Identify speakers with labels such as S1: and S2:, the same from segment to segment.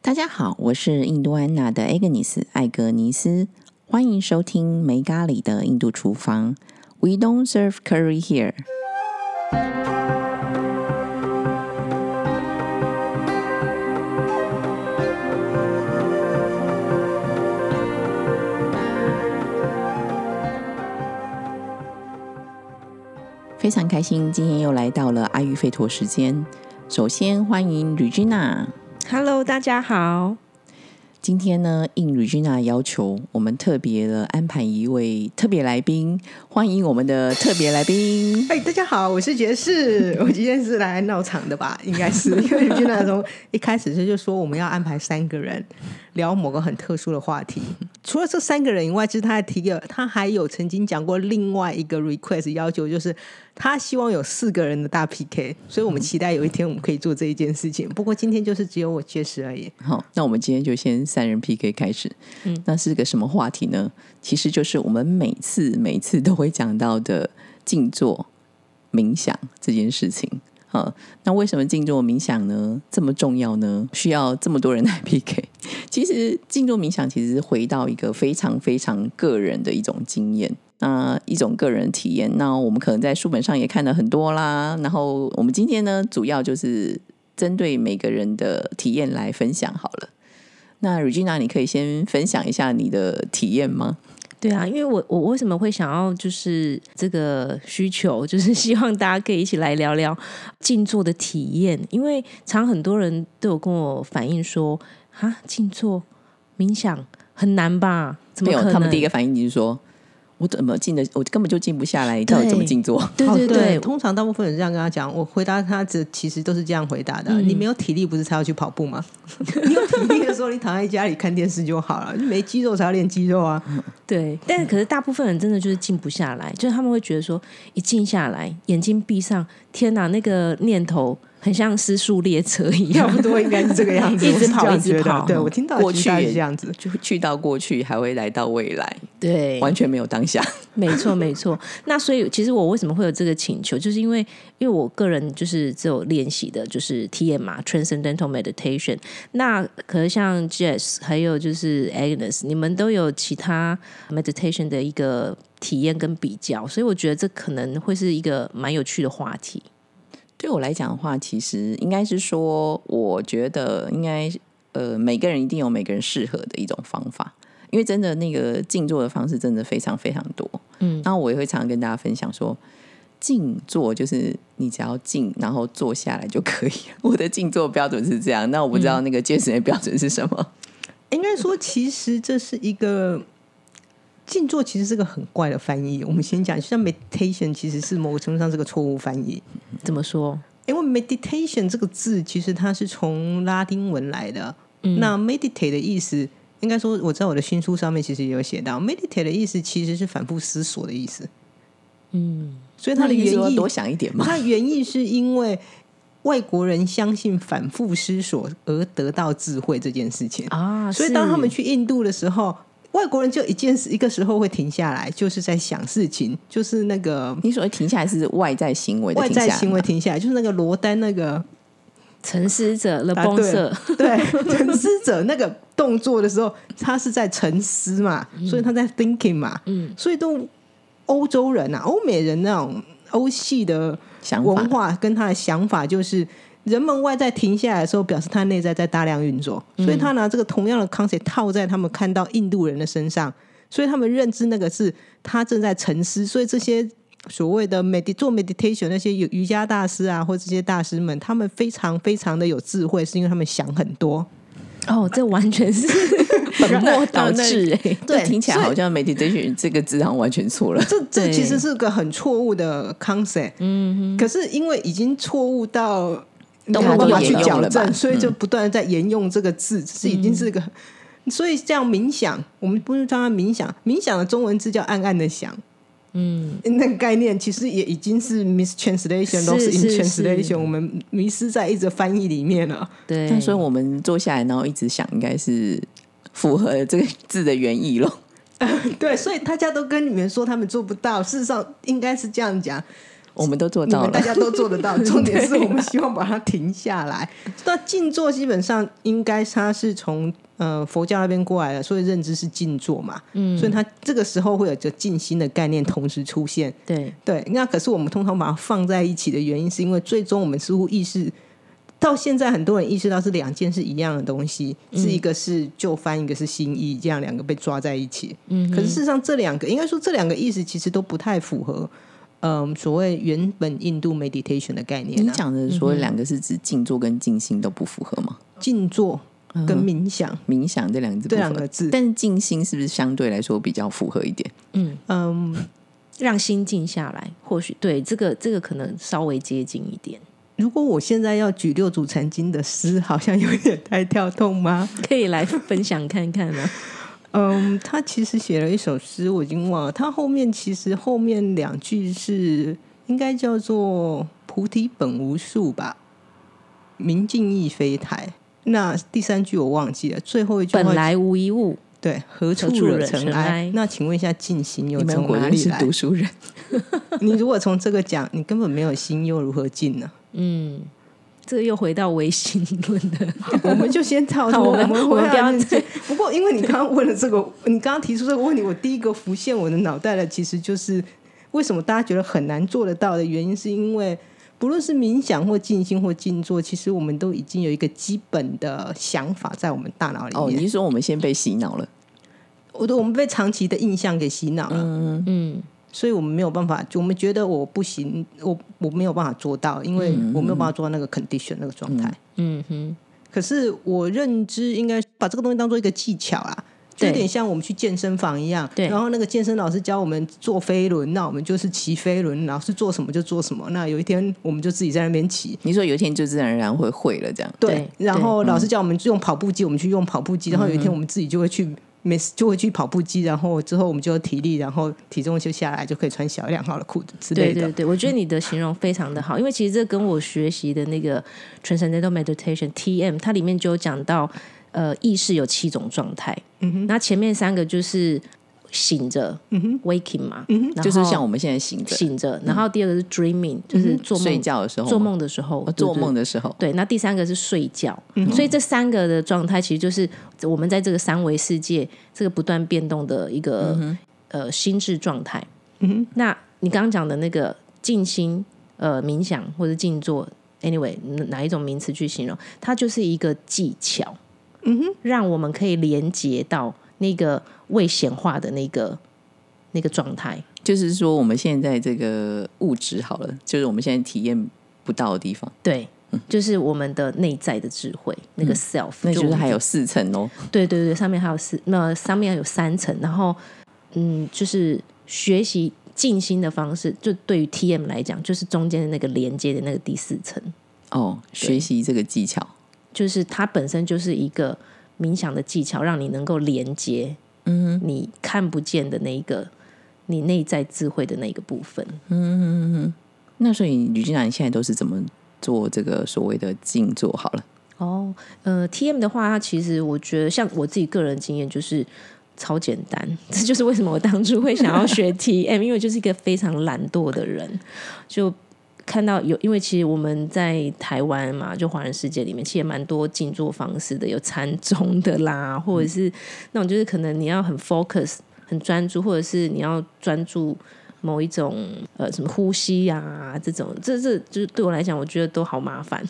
S1: 大家好，我是印度安娜的 Agnes 艾格尼斯，欢迎收听梅咖喱的印度厨房。We don't serve curry here。非常开心，今天又来到了阿育吠陀时间。首先欢迎 Regina。
S2: Hello，大家好。
S1: 今天呢，应 Regina 要求，我们特别的安排一位特别来宾，欢迎我们的特别来宾。
S2: 哎嗨，大家好，我是爵 士。我今天是来闹场的吧？应该是，因为君娜从一开始就就说我们要安排三个人聊某个很特殊的话题。除了这三个人以外，其实他还提了，他还有曾经讲过另外一个 request 要求，就是他希望有四个人的大 PK。所以我们期待有一天我们可以做这一件事情。不过今天就是只有我爵士而已。
S1: 好，那我们今天就先三人 PK 开始。嗯，那是个什么话题呢？其实就是我们每次每次都会讲到的静坐、冥想这件事情。好，那为什么静坐冥想呢这么重要呢？需要这么多人来 PK？其实静坐冥想其实是回到一个非常非常个人的一种经验。那一种个人体验，那我们可能在书本上也看了很多啦。然后我们今天呢，主要就是针对每个人的体验来分享好了。那 Regina，你可以先分享一下你的体验吗？
S3: 对啊，因为我我为什么会想要就是这个需求，就是希望大家可以一起来聊聊静坐的体验，因为常很多人都有跟我反映说，啊，静坐冥想很难吧？怎么
S1: 没有
S3: 可，能？
S1: 他们第一个反应就是说，我怎么静的，我根本就静不下来，你到底怎么静坐？
S3: 对对
S2: 哦
S3: 对，
S2: 通常大部分人这样跟他讲，我回答他只其实都是这样回答的。
S3: 嗯
S2: 你没有体力，不是才要去跑步吗？ 你有体力的时候，你躺在家里看电视就好了。你没肌肉才要练肌肉 啊。
S3: 对，但是可是大部分人真的就是静不下来，就是他们会觉得说，一静下来，眼睛闭上，天哪，那个念头很像失速列车 一
S2: 差
S3: 样，
S2: 不多应该是这个样子，
S3: 一直跑
S2: 我是
S3: 一直
S2: 这样觉得
S3: 跑
S2: 对我听到的
S1: 过去
S2: 其实大概
S1: 也
S2: 是这样子，
S1: 就去到过去，还会来到未来，
S3: 对，
S1: 完全没有当下。
S3: 没错，没错。 那所以，其实我为什么会有这个请求，就是因为因为我个人就是只有练习的就是 TMR Transcendental Meditation。那可是像 Jess 还有就是 Agnes，你们都有其他 meditation 的一个体验跟比较，所以我觉得这可能会是一个蛮有趣的话题。
S1: 对我来讲的话，其实应该是说，我觉得应该呃，每个人一定有每个人适合的一种方法，因为真的那个静坐的方式真的非常非常多。嗯，然后我也会常常跟大家分享说，静坐就是你只要静，然后坐下来就可以。 我的静坐标准是这样，那我不知道那个健身的标准是什么。
S2: 应该说其实这是一个。静坐其实是个很怪的翻译，我们先讲，像 meditation 其实是某个程度上是个错误翻译，
S3: 怎么说？
S2: 因为 meditation 这个字其实它是从拉丁文来的。
S1: 嗯
S2: 那 meditate 的意思，应该说我在我的新书上面其实也有写到，meditate 的意思其实是反复思索的意思。嗯，所以它
S1: 那
S2: 的
S1: 你意思
S2: 原
S1: 说
S2: 意
S1: 多想一点嘛。
S2: 它原意是因为外国人相信反复思索而得到智慧这件事情
S3: 啊
S2: 所以
S3: 是
S2: 当他们去印度的时候，外国人就一件事一个时候会停下来，就是在想事情，就是那个
S1: 你所谓停下来是外在行为的
S2: 外
S1: 停下
S2: 在
S1: 来
S2: 行为停下来，就是那个罗丹那 个
S3: 沉思者 l e
S2: 啊
S3: b o n
S2: 对
S3: s
S2: 对沉思者那个动作的时候，他是在沉思嘛，
S1: 嗯
S2: 所以他在 thinking 嘛，嗯，所以都欧洲人啊，欧美人那种欧系的
S1: 想法
S2: 文化跟他的想法就是。人们外在停下来的时候，表示他内在在大量运作，
S1: 嗯
S2: 所以他拿这个同样的 concept 套在他们看到印度人的身上，所以他们认知那个是他正在沉思，所以这些所谓的 med 做 meditation 那些有瑜伽大师啊，或这些大师们，他们非常非常的有智慧，是因为他们想很多。
S3: 哦，这完 全是本末倒 置哎、
S1: 对，听起来
S2: 所以
S1: 好像 meditation 这个字好像完全错了。
S2: 这这
S3: 对
S2: 其实是个很错误的 concept，嗯，可是因为已经错误到
S1: 都
S2: 没有办法
S1: 沿
S2: 去
S1: 用
S2: 矫
S1: 了吧
S2: 正，所以就不断的在沿用这个字，这是已经是一个。 所以这样冥想，我们不是叫它冥想，冥想的中文字叫暗暗的想。嗯，那个概念其实也已经是 mistranslation，
S3: 是
S2: lost in
S3: 是是
S2: translation，我们迷失在一直翻译里面了。
S3: 对，
S1: 那所以我们坐下来，然后一直想，应该是符合这个字的原意 咯。
S2: 对，所以大家都跟你们说他们做不到，事实上应该是这样讲。
S1: 我们都做
S2: 你
S1: 到
S2: 们大
S1: 了。
S2: 家都做得 到，重点是我们希望把它停下来。那静坐基本上应该它是从呃佛教那边过来的，所以认知是静坐嘛，嗯，所以它这个时候会有这静心的概念同时出现。
S3: 对，
S2: 对，那可是我们通常把它放在一起的原因，是因为最终我们似乎意识到现在，很多人意识到是两件是一样的东西，
S1: 嗯
S2: 是一个是旧翻，一个是新意，这样两个被抓在一起。嗯，可是事实上这两个，应该说这两个意识其实都不太符合，嗯、所谓原本印度 meditation 的概念、
S1: 你
S2: 啊，
S1: 讲的说两个是指静坐跟静心都不符合吗？
S2: 静坐
S1: 嗯
S2: 跟冥想。
S1: 冥想这两个字不
S2: 这
S1: 符合，
S2: 两个字
S1: 但是静心是不是相对来说比较符合一点？
S2: 嗯，
S3: 让心静下来，或许对这个这个可能稍微接近一点，
S2: 如果我现在要举六祖禅经的诗，好像有点太跳动吗？
S3: 可以来分享看看 吗？
S2: 嗯，他其实写了一首诗，我已经忘了。他后面其实后面两句是应该叫做“菩提本无树”吧，“明镜亦非台”。那第三句我忘记了，最后一句
S3: 本
S2: 话
S3: 来无一物，
S2: 对何处
S3: 何处
S2: 惹
S3: 惹
S2: 尘
S3: 尘
S2: 埃
S3: 埃？
S2: 那请问一下，静心又
S1: 你们
S2: 从
S1: 果
S2: 哪
S1: 然
S2: 里
S1: 是
S2: 来
S1: 读？书人，
S2: 你如果从这个讲，你根本没有心，又如何静呢？
S3: 嗯，这个又回到唯心论 的，
S2: 我们就先跳脱，
S3: 好我们
S2: 们
S3: 我们
S2: 回
S3: 不要
S2: 到认知
S3: 再
S2: 不过，因为你刚刚问了这个，你刚刚提出这个问题，我第一个浮现我的脑袋的其实就是为什么大家觉得很难做得到的原因，是因为不论是冥想或静心或静坐，其实我们都已经有一个基本的想法在我们大脑
S1: 哦，
S2: 里
S1: 你
S2: 面。
S1: 是说我们先被洗脑了？
S2: 我的我们被长期的印象给洗脑了，
S3: 嗯，
S2: 所以我们没有办法，我们觉得我不行，我我没有办法做到，因为我没有办法做到那个 condition 那个状态。
S3: 嗯哼，
S2: 可是我认知应该把这个东西当做一个技巧啦，就
S3: 对
S2: 有点像我们去健身房一样。
S3: 对
S2: 然后那个健身老师教我们做飞轮，那我们就是骑飞轮，老师做什么就做什么。那有一天我们就自己在那边骑。
S1: 你说有一天就自然而然会会了，这样
S2: 对，
S3: 对嗯
S2: 然后老师叫我们用跑步机，我们去用跑步机。然后有一天我们自己就会去。每次就会去跑步机，然后之后我们就有体力，然后体重就下来，就可以穿小一两号的裤子之类
S3: 对
S2: 的。
S3: 对对，我觉得你的形容非常的好，因为其实这跟我学习的那个 Transcendental Meditation TM，它里面就有讲到，呃，意识有七种状态，嗯哼，那前面三个就是醒着，嗯哼，waking 嘛，嗯哼，
S1: 就是像我们现在醒着
S3: 醒着，然后第二个是 dreaming，就是做梦
S1: 睡觉的时候吗，
S3: 做梦的时候，
S1: 哦
S3: 对
S1: 做梦。的时候，
S3: 对，对那第三个是睡觉，
S1: 嗯
S3: 所以这三个的状态其实就是我们在这个三维世界这个不断变动的一
S1: 嗯
S3: 个、呃心智状态。嗯、那你刚刚讲的那个静心、呃冥想或者静坐，anyway 哪一种名词去形容，它就是一个技巧，嗯哼，让我们可以连接到那个未显化的那个那个状态。
S1: 就是说我们现在这个物质好了，就是我们现在体验不到的地方，
S3: 对，就是我们的内在的智慧，那个 self，、
S1: 嗯那就
S3: 我
S1: 是
S3: 们
S1: 还有四层哦。
S3: 对对对，上面还有四，那上面有三层，然后嗯，就是学习静心的方式，就对于 TM 来讲，就是中间的那个连接的那个第四层，
S1: 哦，学习这个技巧，
S3: 就是它本身就是一个冥想的技巧，让你能够连接，嗯，你看不见的那一个。你内在智慧的那一个部分，
S1: 那所以吕金兰现在都是怎么做这个所谓的静坐好了？
S3: 哦，呃，TM 的话，它其实我觉得像我自己个人经验就是超简单，这就是为什么我当初会想要学 TM，因为我就是一个非常懒惰的人，就。看到有，因为其实我们在台湾嘛，就华人世界里面，其实也蛮多静坐方式的，有禅宗的啦，或者是那种就是可能你要很 focus、很专注，或者是你要专注某一种呃什么呼吸啊这种，这这就是对我来讲，我觉得都好麻烦。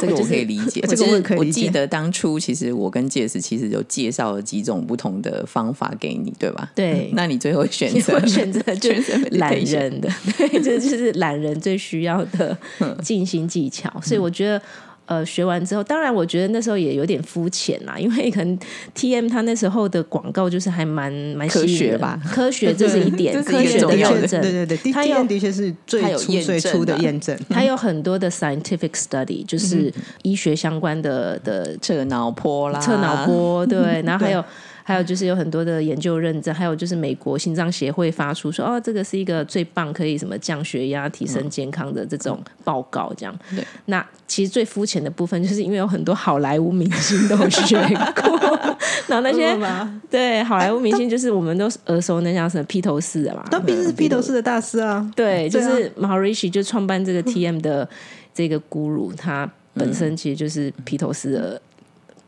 S1: 这个
S3: 就
S1: 我
S3: 是
S1: 可以理解，
S2: 这个我也可以
S1: 我
S2: 理解
S1: 记得当初其实我跟 Jess 其实有介绍了几种不同的方法给你，对吧？
S3: 对
S1: 那你最后 选择
S3: 我选择 就
S1: Transcendental
S3: 懒
S1: meditation
S3: 人的，对，这就是懒人最需要的静心技巧。所以我觉得，呃，学完之后，当然我觉得那时候也有点肤浅啦，因为可能 T M 他那时候的广告就是还蛮蛮吸引
S1: 科学
S3: 人
S1: 吧，
S3: 科学这是一 点，
S1: 这是一
S3: 科
S1: 个
S3: 学
S1: 重
S3: 的
S1: 要的
S3: 认证，
S2: 对对对，第
S3: 它
S2: 一
S3: 有
S2: 的确是
S1: 它
S2: 最
S1: 有
S2: 初
S1: 验
S2: 最初
S1: 证
S2: 的
S1: 啊
S2: 验证。
S3: 它有很多的 scientific study，就是医学相关的的
S1: 侧脑波啦，
S3: 测脑波，对，然后还有。还有就是有很多的研究认证，还有就是美国心脏协会发出说哦，这个是一个最棒，可以什么降血压、提升健康的这种报告，这样。
S1: 对
S3: 那其实最肤浅的部分，就是因为有很多好莱坞明星都学过， 然后那 些
S2: 真的吗
S3: 对好莱坞明星就是我们都耳熟能详，什么披头士啊嘛，
S2: 他毕竟是披头士的大师啊，
S3: 对，就
S2: 对啊
S3: 是 Maharishi 就创办这个 TM 的这个 guru，他本身其实就是披头士的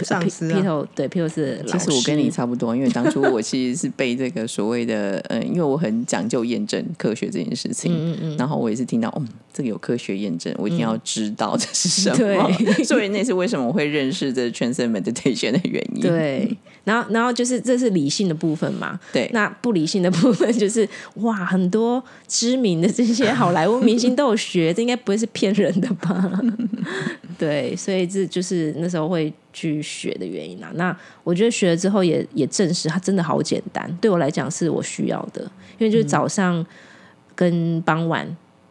S2: 上司啊
S3: 披披头对披头士的老
S1: 其
S3: 师。
S1: 实我跟你差不多，因为当初我其实是被这个所谓的，嗯，因为我很讲究验证科学这件事情，嗯嗯然后我也是听到，嗯，这个有科学验证，我一定要知道这 是什么，
S3: 嗯对
S1: 所以那是为什么我会认识这 transcend meditation 的原因。
S3: 对，然后然后就是这是理性的部分嘛，
S1: 对
S3: 那不理性的部分就是哇，很多知名的这些好莱坞明星都有学，这应该不会是骗人的吧？ 对，所以这就是那时候会去学的原因啦。那我觉得学了之后也也证实它真的好简单，对我来讲是我需要的，因为就是早上跟傍晚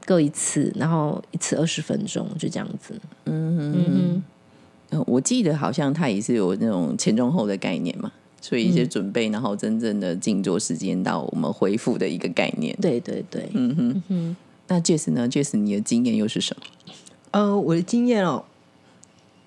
S3: 各一次，然后一次二十分钟，就这样子。嗯嗯
S1: 嗯，我记得好像它也是有那种前中后的概念嘛，所以一
S3: 嗯
S1: 些准备，然后真正的静坐时间到我们恢复的一个概念。
S3: 对对对，
S1: 那 Jess 呢？Jess，你的经验又是什么？
S2: 呃，我的经验哦，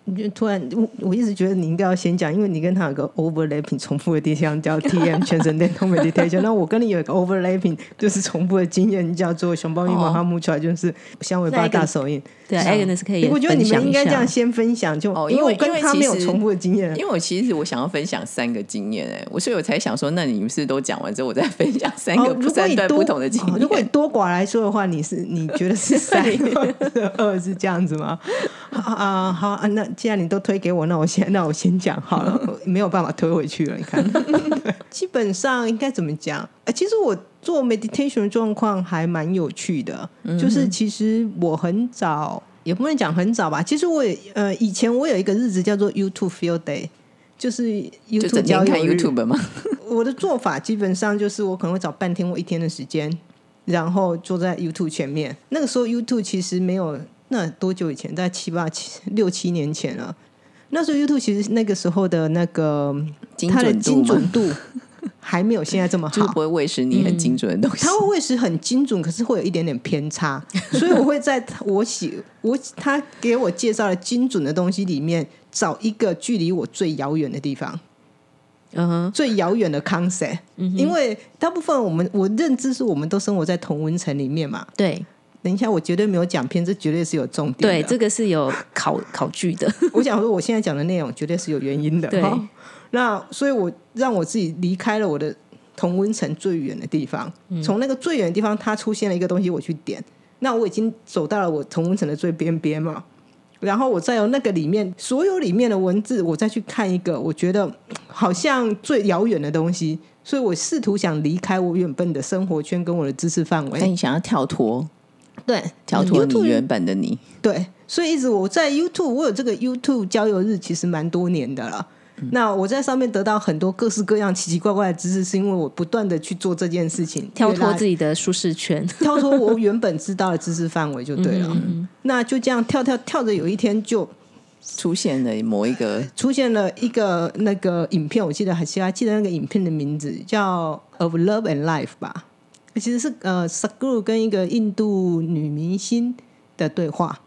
S2: 你就突然我我一直觉得你应该要先讲，因为你跟他有个 overlapping 重复的地方叫 TM transcendental meditation，那我跟你有一个 overlapping 就是重复的经验叫做熊抱印
S1: 哦
S2: 马哈木出来就是香尾巴大手印。
S3: 对啊，Agnes 可以分享一下。
S2: 我觉得你们应该这样先分享，就
S1: 哦因
S2: 因
S1: 为
S2: 我跟他没
S1: 因
S2: 有
S1: 为其实
S2: 重复的经验啊
S1: 因，为我其实我想要分享三个经验、哎，我所以我才想说，那你们是都讲完之后，我再分享三个、
S2: 哦，如果
S1: 三
S2: 你
S1: 段
S2: 多
S1: 不同的经验。
S2: 哦如果你多寡来说的话，你是你觉得是三或者 二是这样子吗？啊啊好啊，那既然你都推给我，那我先那我先讲 好了，我没有办法推回去了。你看，对基本上应该怎么讲？哎，其实我做 meditation 的状况还蛮有趣的，
S1: 嗯
S2: 就是其实我很早。也不能讲很早吧，其实我也呃以前我有一个日子叫做 YouTube Field Day，就是 YouTube
S1: 就整
S2: 交
S1: 天看
S2: 友日
S1: YouTube 吗？
S2: 我的做法基本上就是我可能会找半天或一天的时间，然后坐在 YouTube 前面。那个时候 YouTube 其实没有那多久以前，在七八七六七年前了。那时候 YouTube 其实那个时候的那个
S1: 精
S2: 它的
S1: 准
S2: 精
S1: 度
S2: 准
S1: 吗？
S2: 度还没有现在这么
S1: 就是
S2: 好嗯
S1: 不。会喂食你很精准的东西。
S2: 它会喂食很精准，可是会有一点点偏差，所以我会在我喜我他给我介绍的精准的东西里面找一个距离我最遥远的地方。
S3: 嗯哼。
S2: 最遥远的 concept，、因
S3: 嗯
S2: 为大部分我们我认知是我们都生活在同温层里面嘛。
S3: 对
S2: 等一下，我绝对没有讲偏，这绝对是有重点
S3: 对，
S2: 的。
S3: 这个是有考考据的，
S2: 我想说，我现在讲的内容绝对是有原因的。
S3: 对
S2: 哈那所以我让我自己离开了我的同温层最远的地方，从那个最远的地方，它出现了一个东西，我去点。那我已经走到了我同温层的最边边嘛，然后我再由那个里面所有里面的文字，我再去看一个我觉得嗯好像最遥远的东西，所以我试图想离开我原本的生活圈跟我的知识范围
S1: 但。你想要跳脱，
S2: 对，
S1: 跳脱你
S2: 嗯 YouTube
S1: 原本的你，
S2: 对，所以一直我在 YouTube，我有这个 YouTube 交友日，其实蛮多年的了。那我在上面得到很多各式各样奇奇怪怪的知识，是因为我不断的去做这件事情，
S3: 跳脱
S2: 越来
S3: 自己的舒适圈。
S2: 跳脱我原本知道的知识范围就对
S3: 嗯
S2: 了。那就这样跳跳跳着，有一天就
S1: 出现了某一个
S2: 出现了一个那个影片，我记得还是还记得那个影片的名字叫《Of Love and Life》吧，其实是呃 Saguru 跟一个印度女明星的对话。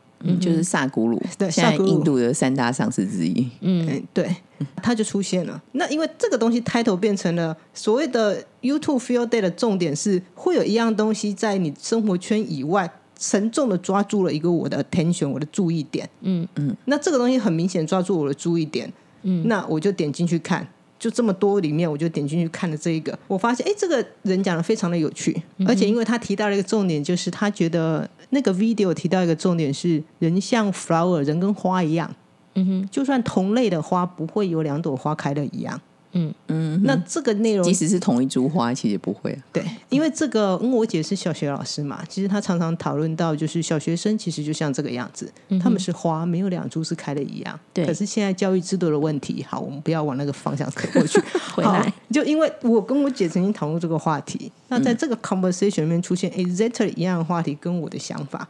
S1: 就是萨古鲁，
S2: 嗯对
S1: 现在
S2: 萨古鲁
S1: 印度的三大上司之一。
S2: 嗯，对，它就出现了。那因为这个东西 title 变成了所谓的 YouTube Field Day 的重点是，会有一样东西在你生活圈以外，沉重的抓住了一个我的 attention，我的注意点。
S3: 嗯
S2: 嗯，那这个东西很明显抓住我的注意点，嗯，那我就点进去看。就这么多里面，我就点进去看了这一个，我发现哎，诶这个人讲的非常的有趣，而且因为他提到了一个重点，就是他觉得那个 video 提到一个重点是人像 flower，人跟花一样，就算同类的花，不会有两朵花开的一样。
S3: 嗯
S2: 嗯，那这个内容
S1: 即使是同一株花，其实也不会啊。
S2: 对，因为这个，因为我姐是小学老师嘛，其实她常常讨论到，就是小学生其实就像这个样子，他们是花，没有两株是开的一样。
S3: 对
S2: 可是现在教育制度的问题，好，我们不要往那个方向扯过去。
S3: 回来嗯
S2: 好，就因为我跟我姐曾经讨论这个话题，那在这个 conversation 里面出现哎 exactly 一样的话题，跟我的想法，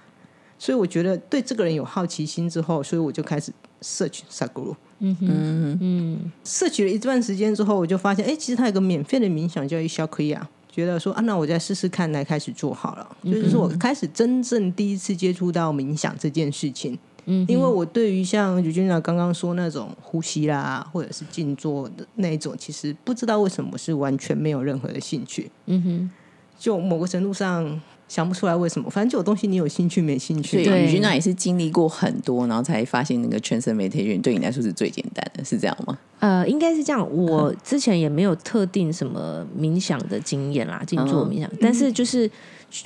S2: 所以我觉得对这个人有好奇心之后，所以我就开始 search Saguru。
S3: 嗯哼，嗯，
S2: search 了一段时间之后，我就发现，哎、其实它有个免费的冥想叫 i s h a k i a 觉得说啊，那我再试试看，来开始做好了。
S3: 嗯
S2: 所以就是我开始真正第一次接触到冥想这件事情。
S3: 嗯，
S2: 因为我对于像 j u j 刚刚说那种呼吸啦，或者是静坐的那一种，其实不知道为什么是完全没有任何的兴趣。
S3: 嗯哼，
S2: 就某个程度上想不出来为什么，反正这种东西你有兴趣没兴
S1: 所以
S2: 趣，
S3: 对
S1: 宇君娜也是经历过很多，然后才发现那个 transformation 对你来说是最简单的，是这样吗？
S3: 呃，应该是这样。我之前也没有特定什么冥想的经验啦，静坐冥想，但是就是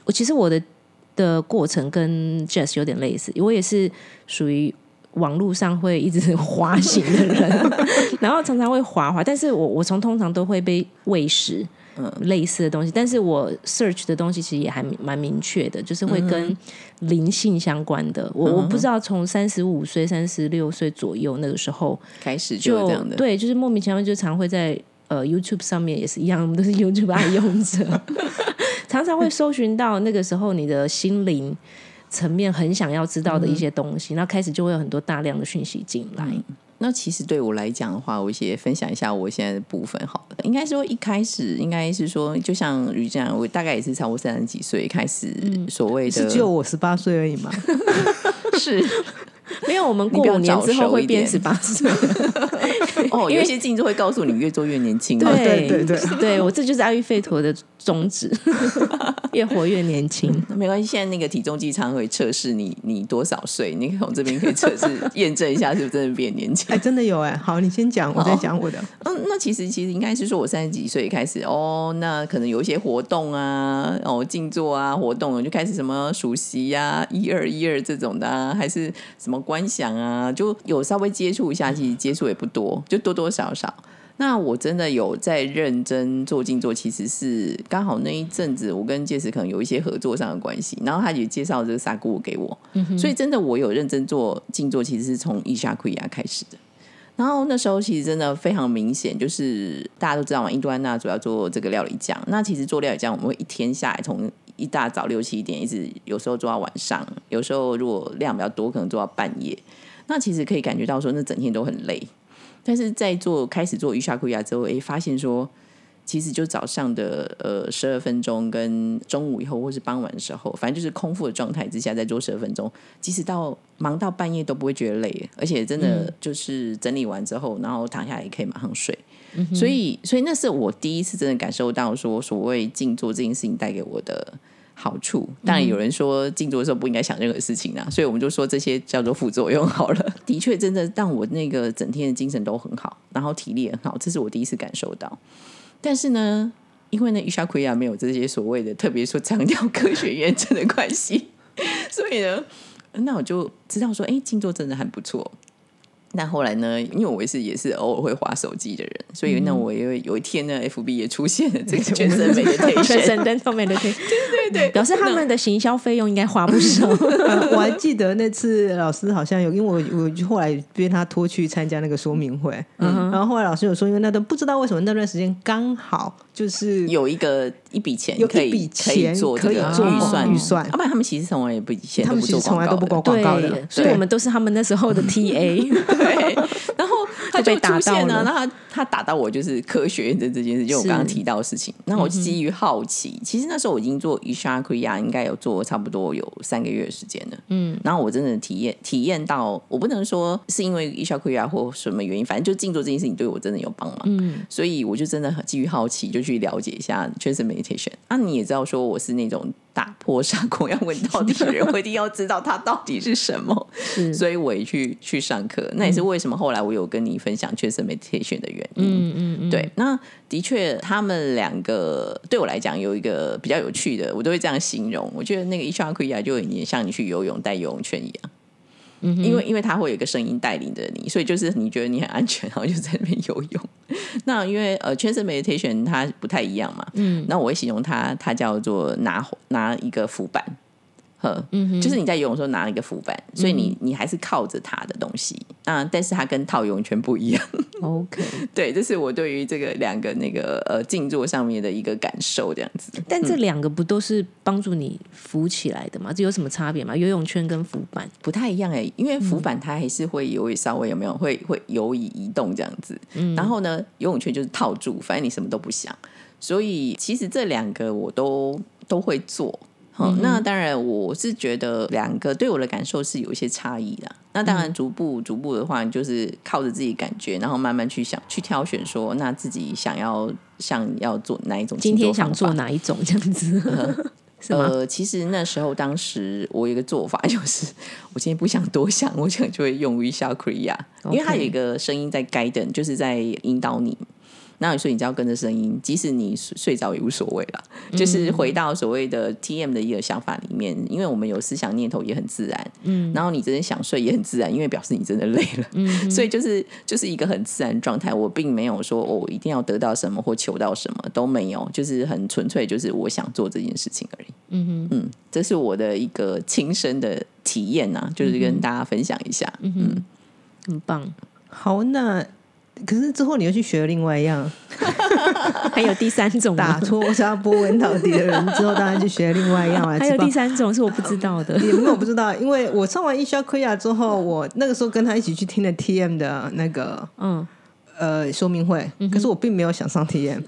S3: 我其实我的的过程跟 Jazz 有点类似，我也是属于。网络上会一直滑行的人，然后常常会滑滑，但是我我从通常都会被喂食，类似的东西，但是我 search 的东西其实也还蛮明确的，就是会跟灵性相关的。我我不知道从三十五岁、三十六岁左右那个时候，
S1: 开始就
S3: 就
S1: 有这样的，
S3: 对，就是莫名其妙就常会在呃 YouTube 上面也是一样，我们都是 YouTube 爱用者， 常常会搜寻到那个时候你的心灵层面很想要知道的一
S1: 嗯
S3: 些东西，然后开始就会有很多大量的讯息进来。
S1: 那其实对我来讲的话，我也分享一下我现在的部分好了。应该说一开始应该是说，就像于这样，我大概也是超过三十几岁开始
S3: 嗯
S1: 所谓的，
S2: 是只有我十八岁而已 嘛。
S1: 是
S3: 没有，我们
S1: 你
S3: 过
S1: 比较
S3: 五年
S1: 早
S3: 之后
S1: 熟
S3: 会
S1: 一
S3: 变
S1: 点
S3: 十八岁。
S1: 哦，
S3: 因为
S1: 有一些镜子会告诉你越做越年轻嘛。
S3: 对
S2: 对对
S3: 对，我这就是阿育吠陀的宗旨， 越活越年轻。
S1: 那没关系，现在那个体重机常会测试你你多少岁，你从这边可以测 试验证一下是不是真的变年轻。
S2: 哎、真的有哎、好，你先讲，我再讲我的。
S1: 嗯，那其实其实应该是说，我三十几岁开始哦，那可能有一些活动啊，哦，静坐啊，活动我就开始什么数息呀、一二一二这种的、啊，还是什么观想啊，就有稍微接触一下，其实接触也不多，就多多少少。那我真的有在认真做静坐，其实是刚好那一阵子，我跟介石可能有一些合作上的关系，然后他也介绍这个萨古给我，所以真的我有认真做静坐，其实是从伊莎奎亚开始的。然后那时候其实真的非常明显，就是大家都知道嘛，印度安娜主要做这个料理酱。那其实做料理酱，我们会一天下来从一大早六七点，一直有时候做到晚上，有时候如果量比较多，可能做到半夜。那其实可以感觉到说，那整天都很累。但是在做开始做瑜伽库亚之后，诶，发现说，其实就早上的呃十二分钟跟中午以后，或是傍晚的时候，反正就是空腹的状态之下，再做十二分钟，即使到忙到半夜都不会觉得累，而且真的就是整理完之后，然后躺下来也可以马上睡。所以，所以那是我第一次真的感受到说，所谓静坐这件事情带给我的好处。当
S3: 嗯
S1: 然，有人说静坐的时候不应该想任何事情啊，所以我们就说这些叫做副作用好 了。的确，真的让我那个整天的精神都很好，然后体力也很好，这是我第一次感受到。但是呢，因为呢，伊莎奎亚没有这些所谓的，特别说强调科学验证的关系， 所以呢，那我就知道说，哎，静坐真的很不错。那后来呢？因为我也是也是偶尔会划手机的人，所以
S3: 嗯
S1: 那我也有有一天呢，FB 也出现了这 个全身美的 t a
S3: 全
S1: t
S3: 身灯都没得 听，对对对，表示他们的行销费用应该花不少。
S2: 呃我还记得那次老师好像有，因为我我就后来被他拖去参加那个说明会，
S3: 嗯
S2: 然后后来老师有说，因为那段不知道为什么那段时间刚好就是
S1: 有一个一笔钱
S2: 有
S1: 可
S2: 一
S1: 以
S2: 笔
S1: 可
S2: 钱
S1: 以做这
S2: 可以
S1: 个
S2: 做
S1: 预算啊
S2: 预算
S1: 要不然他们其实从来也不以前
S2: 他
S1: 都
S2: 们
S1: 不
S2: 其
S1: 做
S2: 实从来都不
S1: 广
S2: 挂
S1: 告
S2: 广告的
S3: 对，，所以我们都是他们那时候的 TA。
S1: 的，对。然后 他就
S3: 被打
S1: 出现
S3: 到
S1: 了，
S3: 了
S1: 那他他打到我就是科学验证这件事，就我刚刚提到的事情。那我
S3: 嗯
S1: 基于好奇，其实那时候我已经做 i s h a k r i a 应该有做差不多有三个月的时间了。嗯，然后我真的体验体验到，我不能说是因为 i s h a k r i a 或什么原因，反正就静坐这件事情对我真的有帮忙。嗯，所以我就真的很基于好奇，就去了解一下 Transcend Meditation。那、你也知道，说我是那种打破砂锅要问到底 的人，我一定要知道它到底是什么。所以我也去去上课，那也
S3: 嗯
S1: 是为什么后来我有跟你分享 t r a n s meditation 的原因。
S3: 嗯嗯嗯，
S1: 对，那的确，他们两个对我来讲有一个比较有趣的，我都会这样形容。我觉得那个 Isha k u y a 就有点像你去游泳带游泳圈一样，
S3: 嗯
S1: 因为因为它会有一个声音带领着你，所以就是你觉得你很安全，然后就在那边游泳。 那因为呃 t r a n s meditation 它不太一样嘛，嗯，那我会形容它，它叫做拿拿一个浮板。呵，就是你在游泳的时候拿了一个浮板，所以你你还是靠着它的东西，啊，但是它跟套游泳圈不一样。
S3: OK，
S1: 对，这是我对于这个两个那个呃静坐上面的一个感受，这样子。
S3: 但这两个不都是帮助你浮起来的吗？这有什么差别吗？游泳圈跟浮板
S1: 不太一样哎、因
S3: 嗯
S1: 为浮板它还是会游稍微有没有会会游移移动这样子，
S3: 嗯
S1: 然后呢，游泳圈就是套住，反正你什么都不想。所以其实这两个我都都会做。
S3: 嗯
S1: 好、那当然我是觉得两个对我的感受是有一些差异的。那当
S3: 嗯
S1: 然逐步逐步的话，你就是靠着自己感觉，然后慢慢去想去挑选说，那自己想要想要做哪一种静
S3: 今
S1: 坐
S3: 天
S1: 方
S3: 想做
S1: 法
S3: 哪一种这样子？是吗？
S1: 呃，其实那时候当时我有一个做法， 就是我今天不想多想，我想就会用于小 Korea，因为它有一个声音在 guidance，就是在引导你。那所以你只要跟着声音，即使你睡睡着也无所谓啦。 就是回到所谓的 T M 的一个想法里面，因为我们有思想念头也很自然，嗯，然后你真的想睡也很自然，因为表示你真的累了， 嗯，所以就是就是一个很自然的状态。我并没有说、哦我一定要得到什么或求到什么都没有，就是很纯粹，就是我想做这件事情而已。嗯，这是我的一个亲身的体验
S2: 嗯
S1: 呐、就是跟大家分享一下。嗯，
S3: 很棒。
S2: 好，那可是之后你又去学了另外一样，
S3: 还有第三种吗
S2: 打错我想要波纹到底的人之后，当然去学另外一样啊来
S3: 还
S2: 吃
S3: 有
S2: 饱
S3: 第。三种是我不知道的。
S2: 也没有不知道，因为我上完一肖科亚之后，我那个时候跟他一起去听了 TM 的那个
S3: 嗯，
S2: 呃说明会，可是我并没有想上 TM，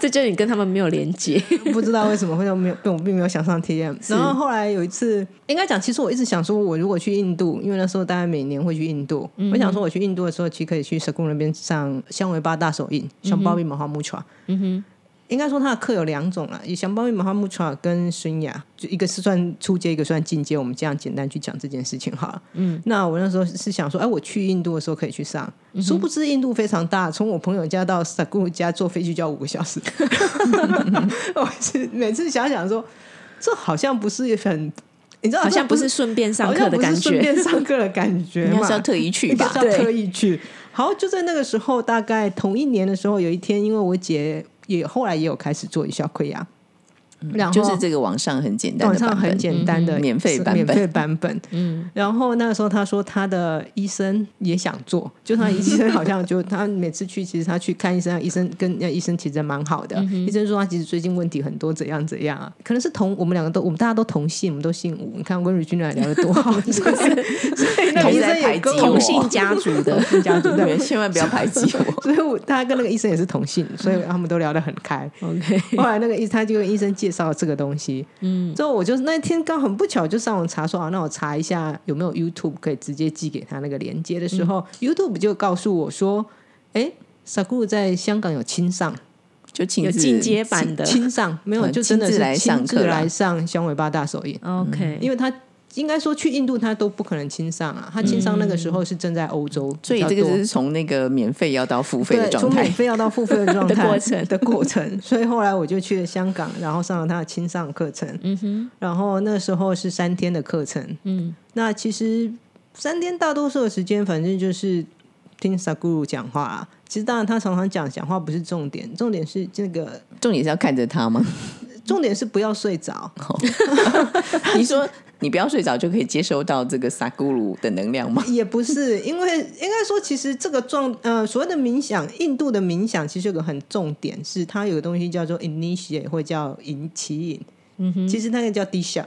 S3: 这就是你跟他们没有连接。
S2: 不知道为什么会没有，我并没有想上 TM。然后后来有一次，应该讲，其实我一直想说，我如果去印度，因为那时候大概每年会去印度，
S3: 嗯
S2: 我想说我去印度的时候，其实可以去 s a k u 那边上香维巴大手印，像 Bobby Mahamutra。
S3: 嗯哼，
S2: 应该说他的课有两种啦，啊以降包密马哈木查跟孙雅，就一个是算初阶，一个算进阶。我们这样简单去讲这件事情哈。嗯，那我那时候是想说，哎，我去印度的时候可以去上，
S3: 嗯
S2: 殊不知印度非常大，从我朋友家到萨古家坐飞机就要五个小时。 我是每次想想说，这好像不是很，你知道，
S3: 好像不
S2: 这
S3: 是顺便 上
S2: 好
S3: 课
S2: 像
S3: 的
S2: 不是
S3: 感
S2: 顺
S3: 觉。
S2: 便上课的感觉
S1: 应该
S2: 嘛
S1: 是要。特意去
S2: 应该
S1: 吧
S2: 是？要
S3: 对
S2: 特意去。好，就在那个时候，大概同一年的时候，有一天，因为我姐也后来也有开始做一下溃疡，然后
S1: 嗯就是这个网上很简单
S2: 网
S1: 的版
S2: 上
S1: 本，
S2: 哦很简单的
S1: 嗯免费版本
S2: 免费版本。嗯，然后那个时候她说她的医生也想做，就她医生好像就她每次去，其实她去看医生，医生跟那医生其实蛮好
S1: 嗯
S2: 的。医生说她其实最近问题很多，怎样怎样啊？可能是同我们两个都，我们大家都同姓，我们都姓吴。你看我跟 Regina 聊的多好， 是不是？所以那个
S1: 同
S2: 医
S1: 在
S2: 生
S1: 排
S2: 也跟
S1: 挤
S2: 我
S1: 我
S3: 同性家族 的
S2: 同性家族 对
S1: 对，千万不要排挤 我。
S2: 所以我他跟那个医生也是同性，所以他们都聊得很开。
S3: OK，
S2: 后来那个医他就跟医生介绍了这个东西，嗯，之后我就那天刚很不巧就上网查说啊，那我查一下有没有 YouTube 可以直接寄给他那个链接的时候、y
S1: 嗯
S2: o u t u b e 就告诉我说，哎，Sakura 在香港有亲上，
S1: 就亲
S3: 有
S1: 自
S3: 进阶版的。
S2: 亲上没有
S1: 嗯
S2: 就真的
S1: 亲自来
S2: 是
S1: 上
S2: 亲自
S1: 课啦嗯
S2: 来上香尾巴大手印，
S3: OK，
S2: 因为他。应该说去印度他都不可能亲上啊，他亲上那个时候是正在欧洲
S1: 嗯所
S2: 比
S1: 以
S2: 较多，
S1: 这个就是从那个免费要到付费的
S2: 对，
S1: 状
S2: 从
S1: 态
S2: 免。费要到付费的状态
S3: 的过程
S2: 的过程，所以后来我就去了香港，然后上了他的亲上课程，嗯哼，然后那时候是三天的课程，嗯，那其实三天大多数的时间，反正就是听 Saguru 讲话啊。其实当然他常常讲讲话不是重点，重点是这个，
S1: 重点是要看着他 吗？
S2: 重点是不要睡着，
S1: 你说你不要睡着就可以接收到这个萨古鲁的能量 吗？
S2: 也不是，因为应该说，其实这个状呃所谓的冥想，印度的冥想其实有个很重点是，它有个东西叫做 initiate 或叫引起引，嗯哼，其实那个叫 disha，